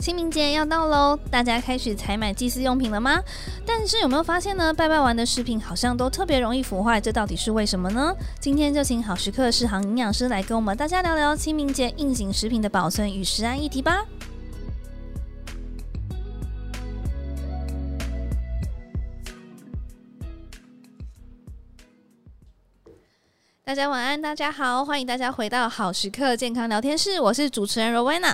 清明节要到喽，大家开始采买祭祀用品了吗？但是有没有发现呢？拜拜完的饰品好像都特别容易腐坏，这到底是为什么呢？今天就请好时刻适航营养师来跟我们大家聊聊清明节应景食品的保存与食安议题吧。大家晚安，大家好，欢迎大家回到好时刻健康聊天室，我是主持人 Rowena。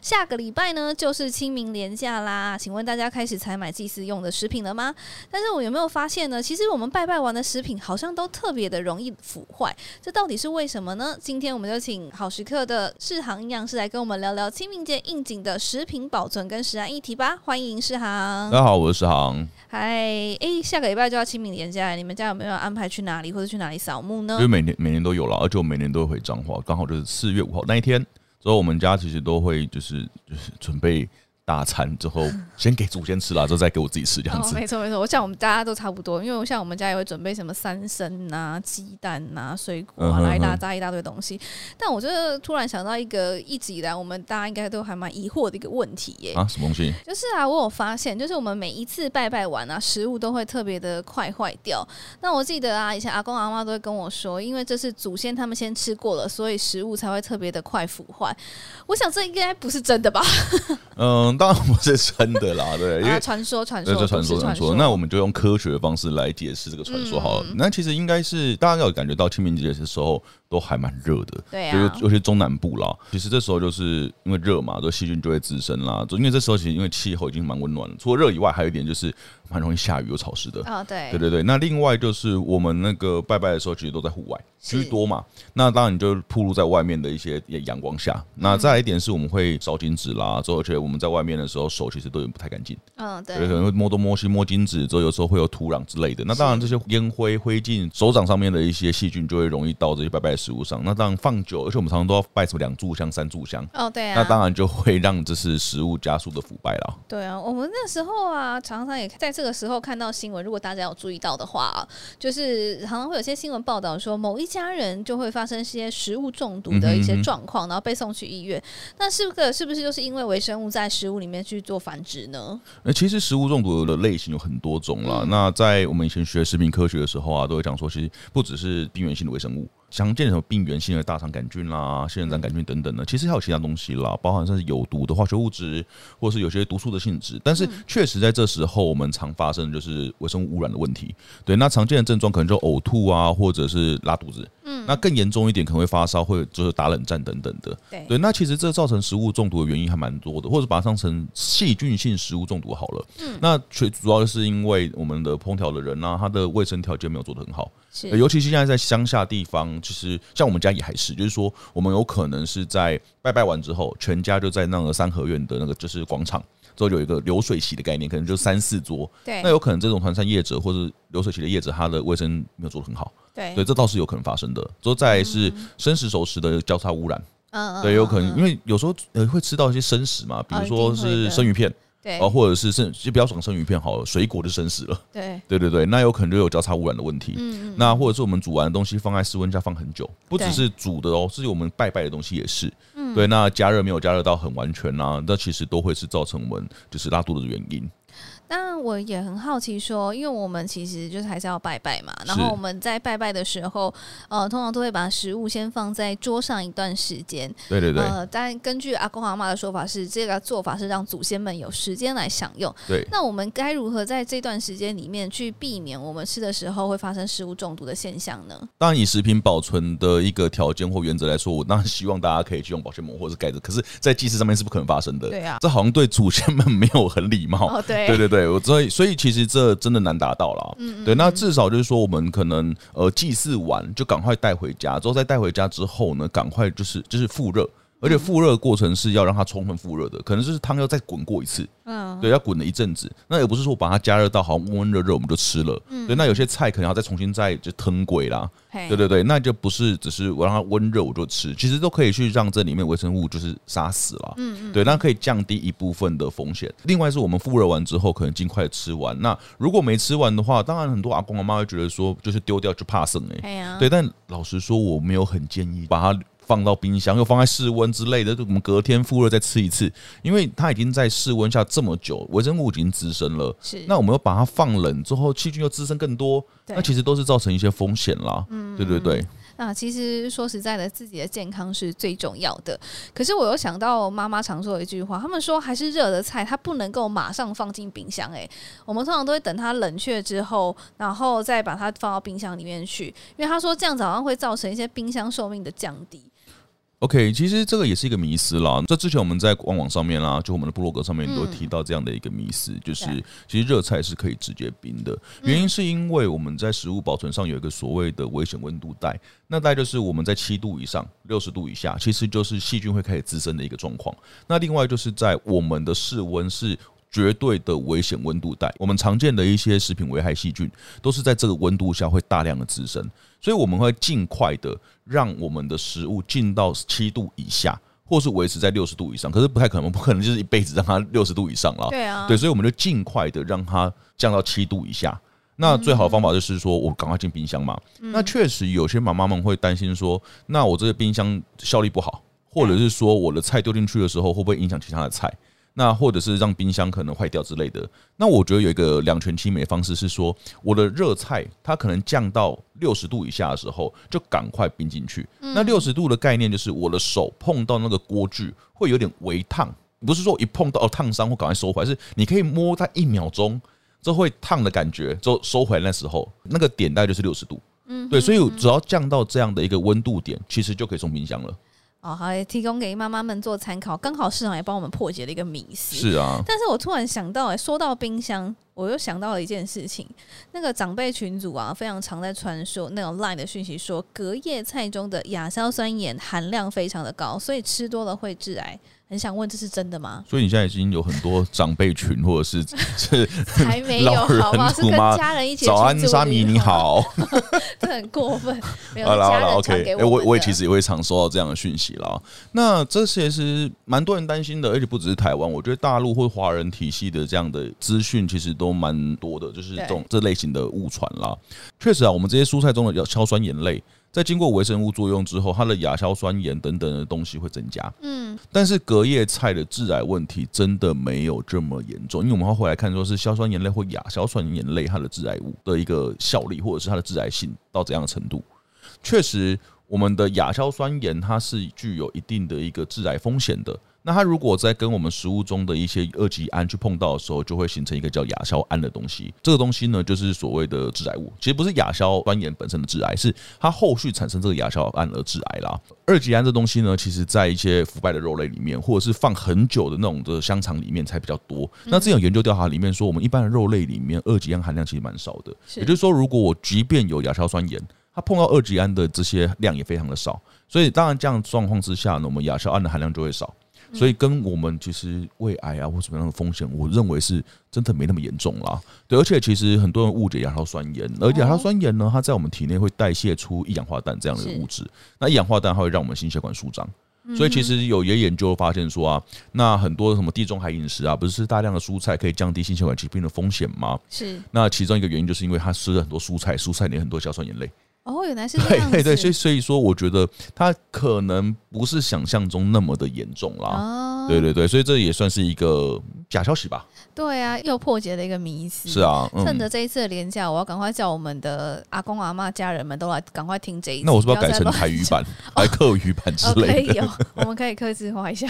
下个礼拜呢就是清明连假啦，请问大家开始采买祭祀用的食品了吗？但是我有没有发现呢？其实我们拜拜完的食品好像都特别的容易腐坏，这到底是为什么呢？今天我们就请好时刻的世航营养师来跟我们聊聊清明节应景的食品保存跟食安议题吧。欢迎世航大，家好，我是石航。嗨，诶，下个礼拜就要清明连假，你们家有没有安排去哪里或者去哪里扫墓呢因为？每年每年都有了，而且我每年都会回彰化，刚好就是四月五号那一天之后，我们家其实都会就是就是准备大餐，之后先给祖先吃了，之后再给我自己吃这样哦，子。没错没错，我想我们大家都差不多，因为我像我们家也会准备什么三参呐、鸡蛋呐、水果嗯啊，哼来一大哼扎一大堆东西。但我就是突然想到一个一直以来我们大家应该都还蛮疑惑的一个问题耶、啊，什么东西？就是啊，我有发现，就是我们每一次拜拜完啊，食物都会特别的快坏掉。那我记得啊，以前阿公阿妈都会跟我说，因为这是祖先他们先吃过了，所以食物才会特别的快腐坏。我想这应该不是真的吧？嗯， 当然不是真 的啦，对，因啊，为传说传对说嗯这都传市说传传说，那我们就用科学的方式来解释这个传说好了。那其实应该是大家有感觉到清明节的时候都还蛮热的，对就啊是，尤其中南部啦，其实这时候就是因为热嘛，这细菌就会滋生啦。就因为这时候其实因为气候已经蛮温暖了，除了热以外，还有一点就是蛮容易下雨又潮湿的。啊、对对对对，那另外就是我们那个拜拜的时候，其实都在户外是居多嘛。那当然你就暴露在外面的一些阳光下。那嗯再来一点是我们会烧金纸啦，之后而且我们在外面的时候手其实都有点不太干净，嗯对对，可能会摸东摸西摸金纸，之后有时候会有土壤之类的。那当然这些烟灰灰烬、手掌上面的一些细菌就会容易到这些拜拜的食物上。那当然放久，而且我们常常都要拜什么两炷香、三炷香，哦，对啊，那当然就会让这是食物加速的腐败啦。对啊，我们那时候啊，常常也在这个时候看到新闻。如果大家有注意到的话、啊，就是常常会有些新闻报道说，某一家人就会发生一些食物中毒的一嗯哼嗯些哼状况，然后被送去医院。那是个是不是就是因为微生物在食物里面去做繁殖呢？那其实食物中毒的类型有很多种啦。那在我们以前学食品科学的时候啊，都会讲说，其实不只是病原性的微生物，常见的什么病原性的大肠杆菌啦、仙人掌杆菌等等的，其实还有其他东西啦，包含像是有毒的化学物质，或是有些毒素的性质。但是确实在这时候，我们常发生的就是微生物污染的问题。对，那常见的症状可能就呕吐啊，或者是拉肚子。嗯，那更严重一点，可能会发烧，或者就是打冷战等等的。对对，那其实这造成食物中毒的原因还蛮多的，或者把它当成细菌性食物中毒好了。嗯，那最主要是因为我们的烹调的人呢、他的卫生条件没有做得很好，是呃尤其是现在在乡下地方，其实像我们家也还是，就是说我们有可能是在拜拜完之后，全家就在那个三合院的那个就是广场。之后有一个流水席的概念，可能就三四桌。对那有可能这种团膳业者或者流水席的业者，他的卫生没有做得很好，对对，这倒是有可能发生的。之后再来是生食熟食的交叉污染，嗯对，有可能，因为为有时候呃会吃到一些生食嘛，比哦如一说定会的哎是生鱼片对啊，或者是生就不要讲生鱼片好了，水果就生食了。对对对对，那有可能就有交叉污染的问题。嗯嗯那或者是我们煮完的东西放在室温下放很久，不只对嗯是煮的哦，是我们拜拜的东西也是。对，那加热没有加热到很完全啊，那其实都会是造成我们就是拉肚子的原因。但我也很好奇说，因为我们其实就是还是要拜拜嘛，然是后我们在拜拜的时候，呃，通常都会把食物先放在桌上一段时间，对对对呃，但根据阿公阿妈的说法是，这个做法是让祖先们有时间来享用。对。那我们该如何在这段时间里面去避免我们吃的时候会发生食物中毒的现象呢？当然，以食品保存的一个条件或原则来说，我当然希望大家可以去用保鲜膜或者是盖子，可是，在祭祀上面是不可能发生的。对啊这好像对祖先们没有很礼貌。哦，对对对对，我所以所以其实这真的难达到啦。对，那至少就是说，我们可能呃祭祀完就赶快带回家，之后再带回家之后呢，赶快就是就是复热。而且复热的过程是要让它充分复热的，可能就是汤要再滚过一次，嗯，对，要滚了一阵子。那也不是说把它加热到好像温温热热我们就吃了，对。那有些菜可能要再重新再就腾鬼啦，嘿对对对，那就不是只是我让它温热我就吃，其实都可以去让这里面微生物就是杀死了。嗯嗯，对，那可以降低一部分的风险。另外是我们复热完之后，可能尽快吃完。那如果没吃完的话，当然很多阿公阿妈会觉得说，就是丢掉就怕剩哎、哎呀，对，但老实说，我没有很建议把它。放到冰箱，又放在室温之类的，就我们隔天复热再吃一次，因为它已经在室温下这么久，微生物已经滋生了。是那我们又把它放冷之后，细菌又滋生更多，对那其实都是造成一些风险啦。嗯，对对对，啊，其实说实在的，自己的健康是最重要的。可是我又想到妈妈常说的一句话，他们说还是热的菜，它不能够马上放进冰箱、欸。我们通常都会等它冷却之后，然后再把它放到冰箱里面去，因为他说这样子好像会造成一些冰箱寿命的降低。 OK，其实这个也是一个迷思啦。这之前我们在官网上面啦，就我们的部落格上面都提到这样的一个迷思，就是嗯对啊其实热菜是可以直接冰的，原因是因为我们在食物保存上有一个所谓的危险温度带，那带就是我们在七度以上、六十度以下，其实就是细菌会开始滋生的一个状况。那另外就是在我们的室温是。绝对的危险温度带，我们常见的一些食品危害细菌都是在这个温度下会大量的滋生，所以我们会尽快的让我们的食物进到七度以下，或是维持在六十度以上。可是不太可能，不可能就是一辈子让它六十度以上啦。对啊，哦对，所以我们就尽快的让它降到七度以下。那最好的方法就是说我赶快进冰箱嘛。那确实有些妈妈们会担心说，那我这个冰箱效力不好，或者是说我的菜丢进去的时候会不会影响其他的菜？那或者是让冰箱可能坏掉之类的。那我觉得有一个两全其美的方式是说，我的热菜它可能降到六十度以下的时候，就赶快冰进去。那六十度的概念就是我的手碰到那个锅具会有点微烫，不是说一碰到哦烫伤或赶快收回来，是你可以摸它一秒钟，这会烫的感觉，之后收回来那时候那个点大概就是六十度。嗯，对，所以只要降到这样的一个温度点，其实就可以送冰箱了。哦，好，也提供给妈妈们做参考。刚好市场也帮我们破解了一个迷思。是啊，？但是我突然想到、哎，说到冰箱，我又想到了一件事情。那个长辈群组啊，非常常在传说那种 Line 的讯息说，隔夜菜中的亚硝酸盐含量非常的高，所以吃多了会致癌。很想问，这是真的吗 所以你现在已经有很多长辈群或 者是是才没有，老人好不好？是跟图吗家人一起早安去住沙米旅你，好。 这很过分。没有好了好家了人传，OK，给哎，我们我也的其实也会常收到这样的讯息啦。那这其实蛮多人担心的，而且不只是台湾，我觉得大陆或华人体系的这样的资讯其实都蛮多的，就是这种这类型的误传啦。确实啊，我们这些蔬菜中的亚硝酸盐类，在经过微生物作用之后，它的亚硝酸盐等等的东西会增加。嗯，但是隔夜菜的致癌问题真的没有这么严重，因为我们会回来看说是硝酸盐类或亚硝酸盐类它的致癌物的一个效力，或者是它的致癌性到怎样的程度。确实，我们的亚硝酸盐它是具有一定的一个致癌风险的。那它如果在跟我们食物中的一些二级胺去碰到的时候，就会形成一个叫亚硝胺的东西。这个东西呢，就是所谓的致癌物。其实不是亚硝酸盐本身的致癌，是它后续产生这个亚硝胺而致癌啦。二级胺这东西呢，其实在一些腐败的肉类里面，或者是放很久的那种的香肠里面才比较多。那这种研究调查里面说，我们一般的肉类里面二级胺含量其实蛮少的。是也就是说，如果我即便有亚硝酸盐，它碰到二级胺的这些量也非常的少，所以当然这样状况之下呢，我们亚硝胺的含量就会少，嗯所以跟我们其实胃癌啊或什么样的风险，我认为是真的没那么严重啦。对，而且其实很多人误解亚硝酸盐，哦而亚硝酸盐呢，它在我们体内会代谢出一氧化氮这样的是嗯物质，那一氧化氮它会让我们心血管舒张。所以其实有些研究发现说啊，那很多什么地中海饮食啊，不是吃大量的蔬菜可以降低心血管疾病的风险吗？是那其中一个原因就是因为他吃了很多蔬菜，蔬菜里面很多硝酸盐类。 哦，原来是这对样对对，子所以所以说，我觉得它可能不是想象中那么的严重啦。哦，对对对，所以这也算是一个假消息吧？对啊，又破解了一个迷思。是啊，趁嗯。着这一次的连假，我要赶快叫我们的阿公阿妈家人们都来赶快听这一集。那我是不是要改要再成乱 台语版、来客语版之哦，可类以的？哦，我们可以克制化一下。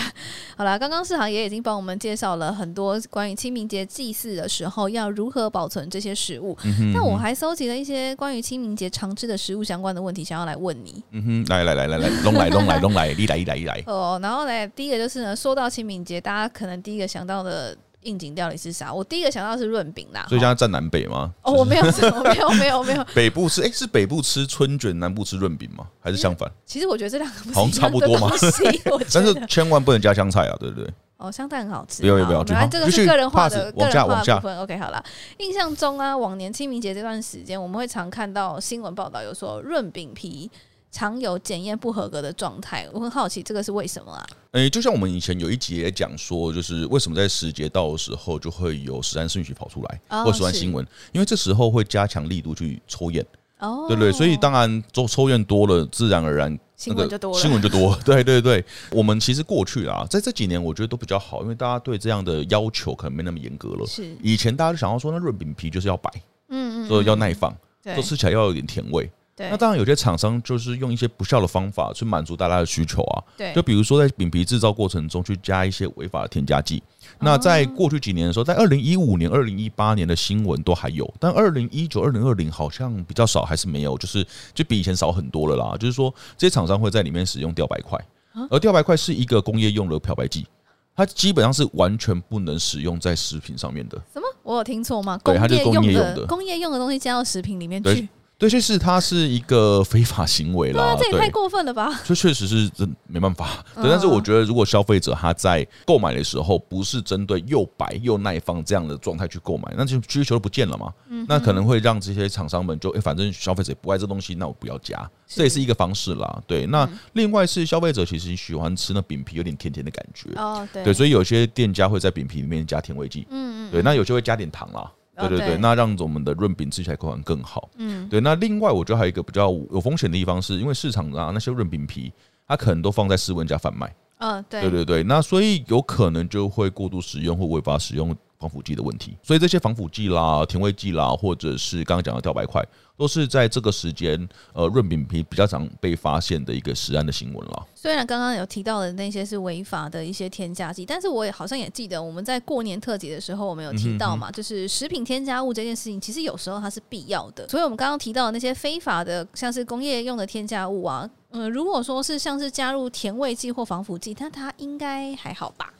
好啦，刚刚市场也已经帮我们介绍了很多关于清明节祭祀的时候要如何保存这些食物。嗯那我还搜集了一些关于清明节常吃的食物相关的问题，想要来问你嗯哼，来来来来来，弄来弄来弄来，一来一来一来。哦。然后呢，第一个就是呢，说到清明节，大家可能第一个想到的应景料理是啥？我第一个想到是润饼啦。所以现哈在站南北吗？哦，我没有，我没有，没有，没有。北部吃，哎、是北部吃春卷，南部吃润饼吗？还是相 反？其实我觉得这两个不是好像一样差不的多嘛东西我觉但是得千万不能加香菜啊，对不对？ 哦，香菜很好吃。不要不要好不要没关系就这好个继是续个人化的 pass，个往下人化往下的部分。OK，好了。印象中啊，往年清明节这段时间，我们会常看到新闻报道有说润饼皮常有检验不合格的状态。我很好奇，这个是为什么啊？诶、就像我们以前有一集也讲说，就是为什么在时节到的时候就会有食安顺序跑出来，哦或食安是新闻，因为这时候会加强力度去抽验。哦，对不对？所以当然抽抽验多了，自然而然新闻就多了。新闻就多。 对对对，我们其实过去啊，在这几年我觉得都比较好，因为大家对这样的要求可能没那么严格了。是以前大家就想要说，那润饼皮就是要白，嗯嗯，说要耐放，对说吃起来要有点甜味。对那当然，有些厂商就是用一些不孝的方法去满足大家的需求啊。对就比如说在饼皮制造过程中去加一些违法的添加剂。那哦在过去几年的时候，在二零一五年、二零一八年的新闻都还有，但二零一九、二零二零好像比较少，还是没有，就是就比以前少很多了啦。就是说，这些厂商会在里面使用吊白块，啊而吊白块是一个工业用的漂白剂。它基本上是完全不能使用在食品上面的，什么？我有听错吗？对它就是业工业用的的工业用的东西加到食品里面对去，对，就是它是一个非法行为啦。啊，这也对太过分了吧？这确实是真没办法，对嗯但是我觉得，如果消费者他在购买的时候不是针对又白又耐放这样的状态去购买，那就需求就不见了嘛。那可能会让这些厂商们就，哎、反正消费者不爱这东西，那我不要加，这也是一个方式啦。对，那另外是消费者其实喜欢吃那饼皮有点甜甜的感觉，哦，对对，所以有些店家会在饼皮里面加甜味剂，嗯嗯，对，那有些会加点糖啦。哦对对对，对那让我们的润饼吃起来口感更好。嗯，对。那另外，我觉得还有一个比较有风险的地方是，因为市场啊那些润饼皮，它可能都放在室温加贩卖。嗯，对对对对，那所以有可能就会过度使用或违法使用防腐剂的问题。所以这些防腐剂啦、甜味剂啦，或者是刚刚讲的吊白块，都是在这个时间呃润饼皮比较常被发现的一个食安的新闻啦。虽然刚刚有提到的那些是违法的一些添加剂，但是我也好像也记得我们在过年特辑的时候，我们有提到嗯嘛，就是食品添加物这件事情，其实有时候它是必要的。所以我们刚刚提到的那些非法的，像是工业用的添加物啊，嗯、如果说是像是加入甜味剂或防腐剂，那它应该还好吧？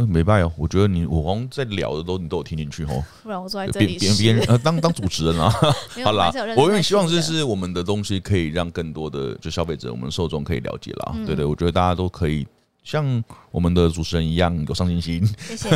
嗯、没办法，我觉得你我刚刚在聊的都你都有听进去哦。不然我坐在这边里边是边呃当当主持人啊， 没有好啦还是有，认真我永在远希望听就的是我们的东西可以让更多的就消费者、我们的受众可以了解啦。嗯对对，我觉得大家都可以像我们的主持人一样有上进心。谢 谢。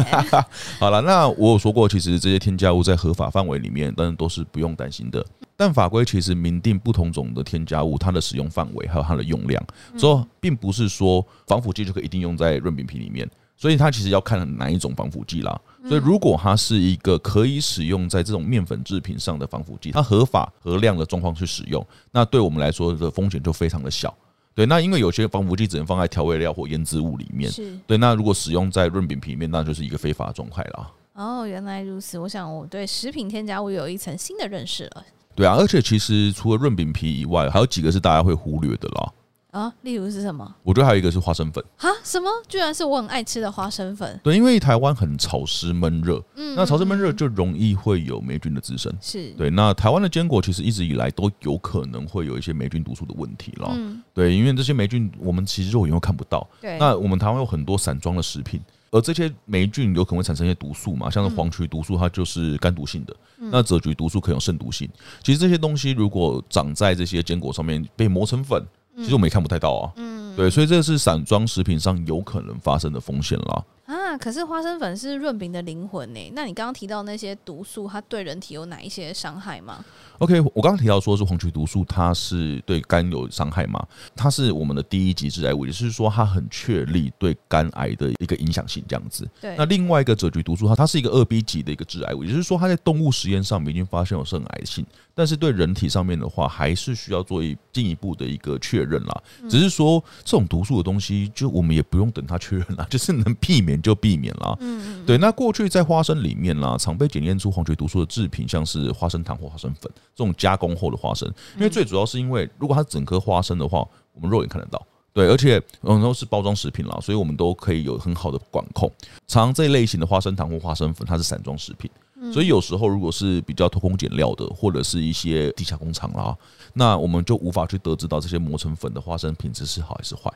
好了，那我有说过，其实这些添加物在合法范围里面，当然都是不用担心的。但法规其实明定不同种的添加物，它的使用范围还有它的用量，所以并不是说防腐剂就可以一定用在润饼皮里面。所以它其实要看哪一种防腐剂啦。所以如果它是一个可以使用在这种面粉制品上的防腐剂，它合法合量的状况去使用，那对我们来说的风险就非常的小。对，那因为有些防腐剂只能放在调味料或腌制物里面，是对，那如果使用在润饼皮里面，那就是一个非法的状态啦。哦，原来如此。我想我对食品添加物有一层新的认识了对啊，而且其实除了润饼皮以外，还有几个是大家会忽略的啦。啊，例如是什么？我觉得还有一个是花生粉，啊？什么？居然是我很爱吃的花生粉。对，因为台湾很潮湿闷热，嗯，那潮湿嗯闷热就容易会有霉菌的滋生。是，对，那台湾的坚果其实一直以来都有可能会有一些霉菌毒素的问题啦。嗯，对，因为这些霉菌我们其实肉眼又看不到，对，哦那我们台湾有很多散装的食品，而这些霉菌有可能会产生一些毒素嘛，像是黄曲毒素，它就是肝毒性的；那赭菊毒素可能有肾毒性。其实这些东西如果长在这些坚果上面被磨成粉，其实我们也看不太到啊。嗯，对，所以这是散装食品上有可能发生的风险啦。啊，可是花生粉是润饼的灵魂呢。那你刚刚提到那些毒素，它对人体有哪一些伤害吗？ OK，我刚刚提到说是黄曲毒素，它是对肝有伤害嘛？它是我们的第一级致癌物，也就是说它很确立对肝癌的一个影响性这样子。对那，另外一个赭菊毒素，它它是一个二 B 级的一个致癌物，也就是说它在动物实验上面已经发现有肾癌性，但是对人体上面的话，还是需要做一进一步的一个确认啦。嗯只是说这种毒素的东西，就我们也不用等它确认啦，就是能避免就避免啦。嗯嗯，对，那过去在花生里面啦，常被检验出黄曲毒素的制品，像是花生糖或花生粉这种加工后的花生，因为最主要是因为如果它整颗花生的话，我们肉眼看得到。对，而且嗯都是包装食品啦，所以我们都可以有很好的管控。常这一类型的花生糖或花生粉，它是散装食品，所以有时候如果是比较偷工减料的，或者是一些地下工厂啦，那我们就无法去得知到这些磨成粉的花生品质是好还是坏。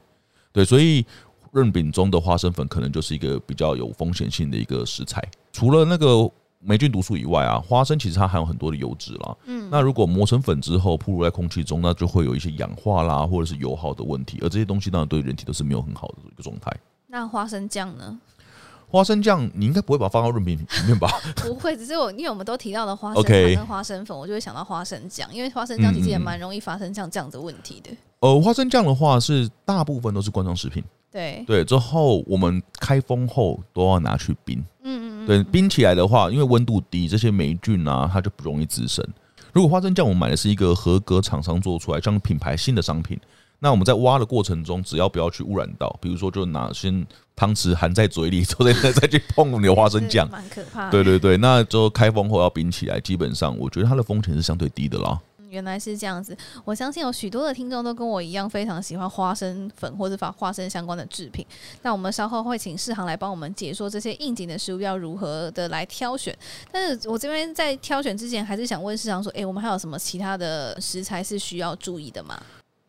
对，所以润饼中的花生粉可能就是一个比较有风险性的一个食材。除了那个霉菌毒素以外啊，花生其实它含有很多的油脂啦。嗯，那如果磨成粉之后暴露在空气中，那就会有一些氧化啦，或者是油耗的问题。而这些东西当然对人体都是没有很好的一个状态。那花生酱呢？花生酱你应该不会把它放到润饼里面吧？ 不会，只是我因为我们都提到了花生糖 OK 嗯跟花生粉，我就会想到花生酱，因为花生酱其实也蛮容易发生像这样子问题的。呃，花生酱的话是大部分都是罐装食品，对，对，之后我们开封后都要拿去冰。嗯嗯嗯，对，冰起来的话，因为温度低，这些霉菌啊，它就不容易滋生。如果花生酱我们买的是一个合格厂商做出来，像品牌新的商品，那我们在挖的过程中，只要不要去污染到，比如说就拿先汤匙含在嘴里， 之后再再去碰你的花 生酱是。蛮可怕的。对对对，那之后开封后要冰起来，基本上我觉得它的风险是相对低的啦。嗯原来是这样子，我相信有许多的听众都跟我一样非常喜欢花生粉或者花花生相关的制品。那我们稍后会请世行来帮我们解说这些应景的食物要如何的来挑选。但是我这边在挑选之前，还是想问世行说，诶，我们还有什么其他的食材是需要注意的吗？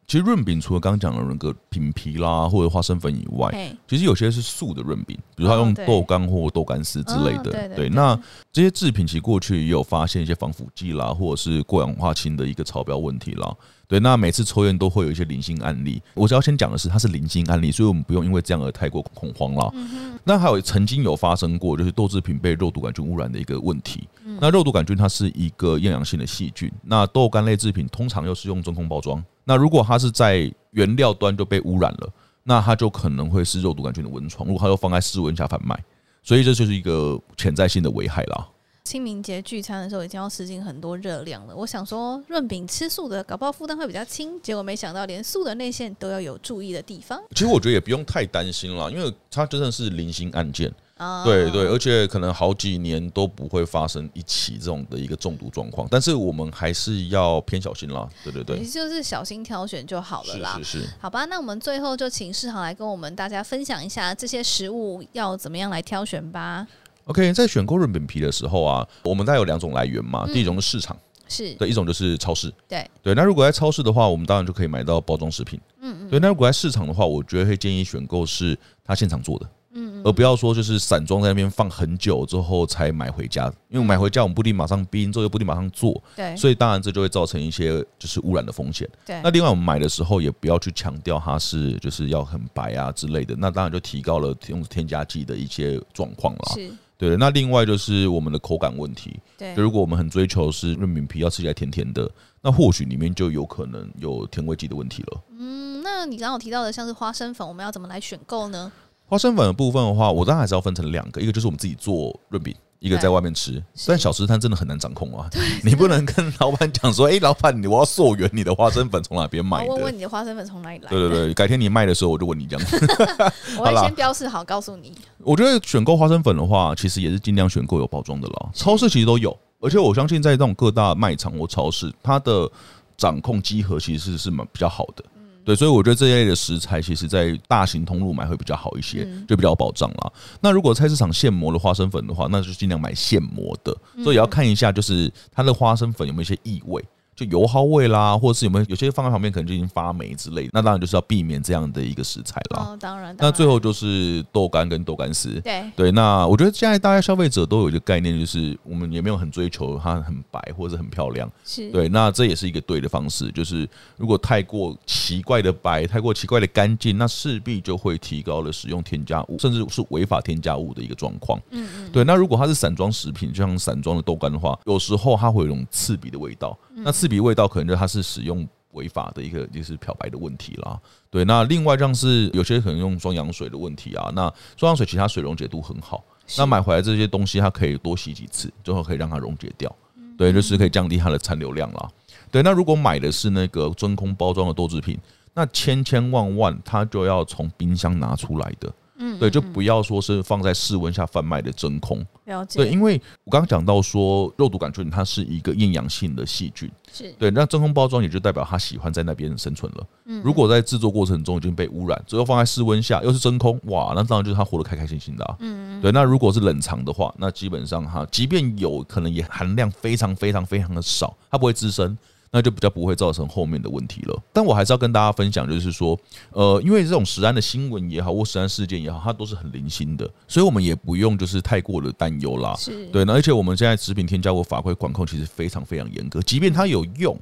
其实润饼除了刚刚讲的那个饼皮啦，或者花生粉以外，嘿，其实有些是素的润饼，比如它用哦对豆干或豆干丝之类哦的。对对对那这些制品其实过去也有发现一些防腐剂啦，或者是过氧化氢的一个超标问题啦。对，那每次抽烟都会有一些零星案例。我只要先讲的是，它是零星案例，所以我们不用因为这样而太过恐慌啦。嗯那还有曾经有发生过，就是豆制品被肉毒杆菌污染的一个问题。嗯那肉毒杆菌它是一个厌氧性的细菌，那豆干类制品通常又是用真空包装。那如果它是在原料端就被污染了，那它就可能会是肉毒杆菌的温床。如果它又放在室温下贩卖，所以这就是一个潜在性的危害啦。清明节聚餐的时候已经要吃进很多热量了，我想说润饼吃素的，搞不好负担会比较轻。结果没想到连素的内馅都要有注意的地方其实我觉得也不用太担心啦，因为它真的是零星案件，啊。对对，而且可能好几年都不会发生一起这种的一个中毒状况，但是我们还是要偏小心啦。对对对其，实就是小心挑选就好了啦。是是是。好吧，那我们最后就请世豪来跟我们大家分享一下这些食物要怎么样来挑选吧。 OK，在选购润饼皮的时候啊，我们大概有两种来源嗯嘛，第一种是市场，是对，一种就是超市。对对，那如果在超市的话，我们当然就可以买到包装食品。嗯嗯。对，那如果在市场的话，我觉得会建议选购是它现场做的。嗯，而不要说就是散装在那边放很久之后才买回家，因为买回家我们不一定马上冰，之后又不一定马上做，对所以当然这就会造成一些就是污染的风险。对那另外我们买的时候也不要去强调它是就是要很白啊之类的，那当然就提高了用添加剂的一些状况啦。是，对那另外就是我们的口感问题。对啊就如果我们很追求是润饼皮要吃起来甜甜的，那或许里面就有可能有甜味剂的问题了。嗯，那你刚刚有提到的像是花生粉，我们要怎么来选购呢？花生粉的部分的话，我当然还是要分成两个，一个就是我们自己做润饼。一个对在外面吃，但小吃摊真的很难掌控 啊！ 你不能跟老板讲说：“哎、老板，你我要溯源你的花生粉从哪边买哦我问的问你的花生粉从哪里？”来？对对对，改天你卖的时候我就问你这样。我好会啦先标示好，告诉你。我觉得选购花生粉的话，其实也是尽量选购有包装的啦。超市其实都有，而且我相信在这种各大卖场或超市，它的掌控集合其实是是蛮比较好的。对，所以我觉得这一类的食材，其实在大型通路买会比较好一些，就比较有保障啦。那如果菜市场现磨的花生粉的话，那就尽量买现磨的，所以也要看一下，就是它的花生粉有没有一些异味。就油耗味啦，或者是有没有有些放在旁边可能就已经发霉之类的，那当然就是要避免这样的一个食材啦。哦，当然。那最后后就是豆干跟豆干丝。对对，那我觉得现在大家消费者都有一个概念，就是我们也没有很追求它很白或者很漂亮。是，对，那这也是一个对的方式，就是如果太过奇怪的白、太过奇怪的干净，那势必就会提高了使用添加物，甚至是违法添加物的一个状况。嗯嗯，对。那如果它是散装食品，就像散装的豆干的话，有时候它会有一种刺鼻的味道。那刺鼻味道可能就是它是使用。违法的一个就是漂白的问题啦，对。那另外像是有些可能用双氧水的问题啊，那双氧水其实它水溶解度很好，那买回来这些东西它可以多洗几次，最后可以让它溶解掉。对，就是可以降低它的残留量啦。对，那如果买的是那个真空包装的豆制品，那千千万万它就要从冰箱拿出来的。嗯，对，就不要说是放在室温下贩卖的真空。了对，解。因为我刚刚讲到说，肉毒杆菌它是一个厌氧性的细菌。是对，那真空包装也就代表它喜欢在那边生存了。嗯如果在制作过程中已经被污染，最后放在室温下又是真空，哇，那当然就是它活得开开心心的、啊。嗯，对。那如果是冷藏的话，那基本上哈，即便有可能也含量非常非常非常的少，它不会滋生。那就比较不会造成后面的问题了。但我还是要跟大家分享，就是说，呃，因为这种食安的新闻也好，或食安事件也好，它都是很零星的，所以我们也不用就是太过的担忧啦。是，对，那而且我们现在食品添加物法规管控其实非常非常严格，即便它有用，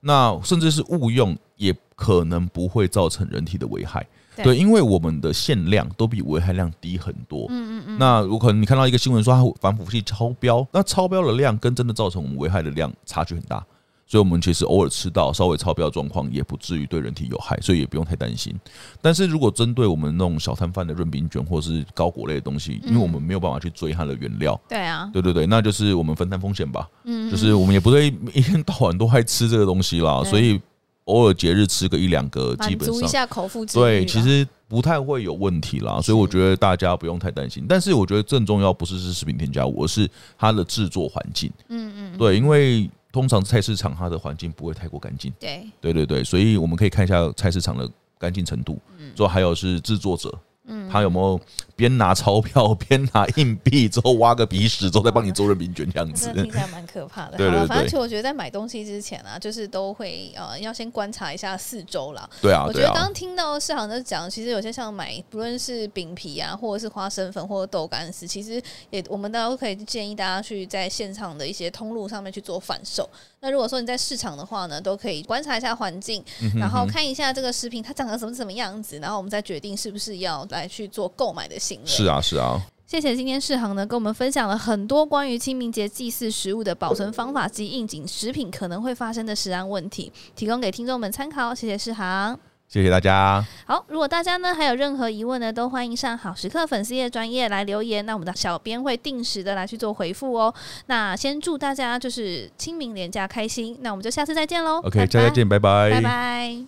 那甚至是误用，也可能不会造成人体的危害。对对，因为我们的限量都比危害量低很多。嗯嗯嗯。那有可能你看到一个新闻说它反腐剂超标，那超标的量跟真的造成我们危害的量差距很大。所以我们其实偶尔吃到稍微超标的状况，也不至于对人体有害，所以也不用太担心。但是如果针对我们那种小摊贩的润饼卷或是高果类的东西，因为我们没有办法去追它的原料，对啊，对对对，那就是我们分担风险吧。嗯，就是我们也不会一天到晚都还吃这个东西啦，对所以偶尔节日吃个一两个，基满本足一上下口腹之欲啊啦。对，其实不太会有问题啦。所以我觉得大家不用太担心。但是我觉得更重要不是是食品添加物，而是它的制作环境。嗯，嗯嗯，对，因为通常菜市场它的环境不会太过干净。对，对对对，所以我们可以看一下菜市场的干净程度，嗯之后还有是制作者。嗯，他有没有边拿钞票边 拿硬币，之后挖个鼻屎，之后再帮你做润饼卷 这样真的子？听起来蛮可怕的。 对好了对反正对其实我觉得在买东西之前啊，就是都会呃要先观察一下四周啦。对啊，我觉对得刚啊，刚听到市场在讲，其实有些像买不论是饼皮啊，或者是花生粉或者豆干丝，其实也我们大家都可以建议大家去在现场的一些通路上面去做反售。那如果说你在市场的话呢，都可以观察一下环境，嗯然后看一下这个食品它长得什么什么样子，然后我们再决定是不是要来去做购买的行为。是啊，是啊，谢谢今天世航呢，跟我们分享了很多关于清明节祭祀食物的保存方法及应景食品可能会发生的食安问题，提供给听众们参考。谢谢世航。谢谢大家，好，如果大家呢还有任何疑问呢，都欢迎上好时刻粉丝页专业来留言，那我们的小编会定时的来去做回复哦。那先祝大家就是清明连假开心，那我们就下次再见喽。 OK，大家再，见，拜拜拜。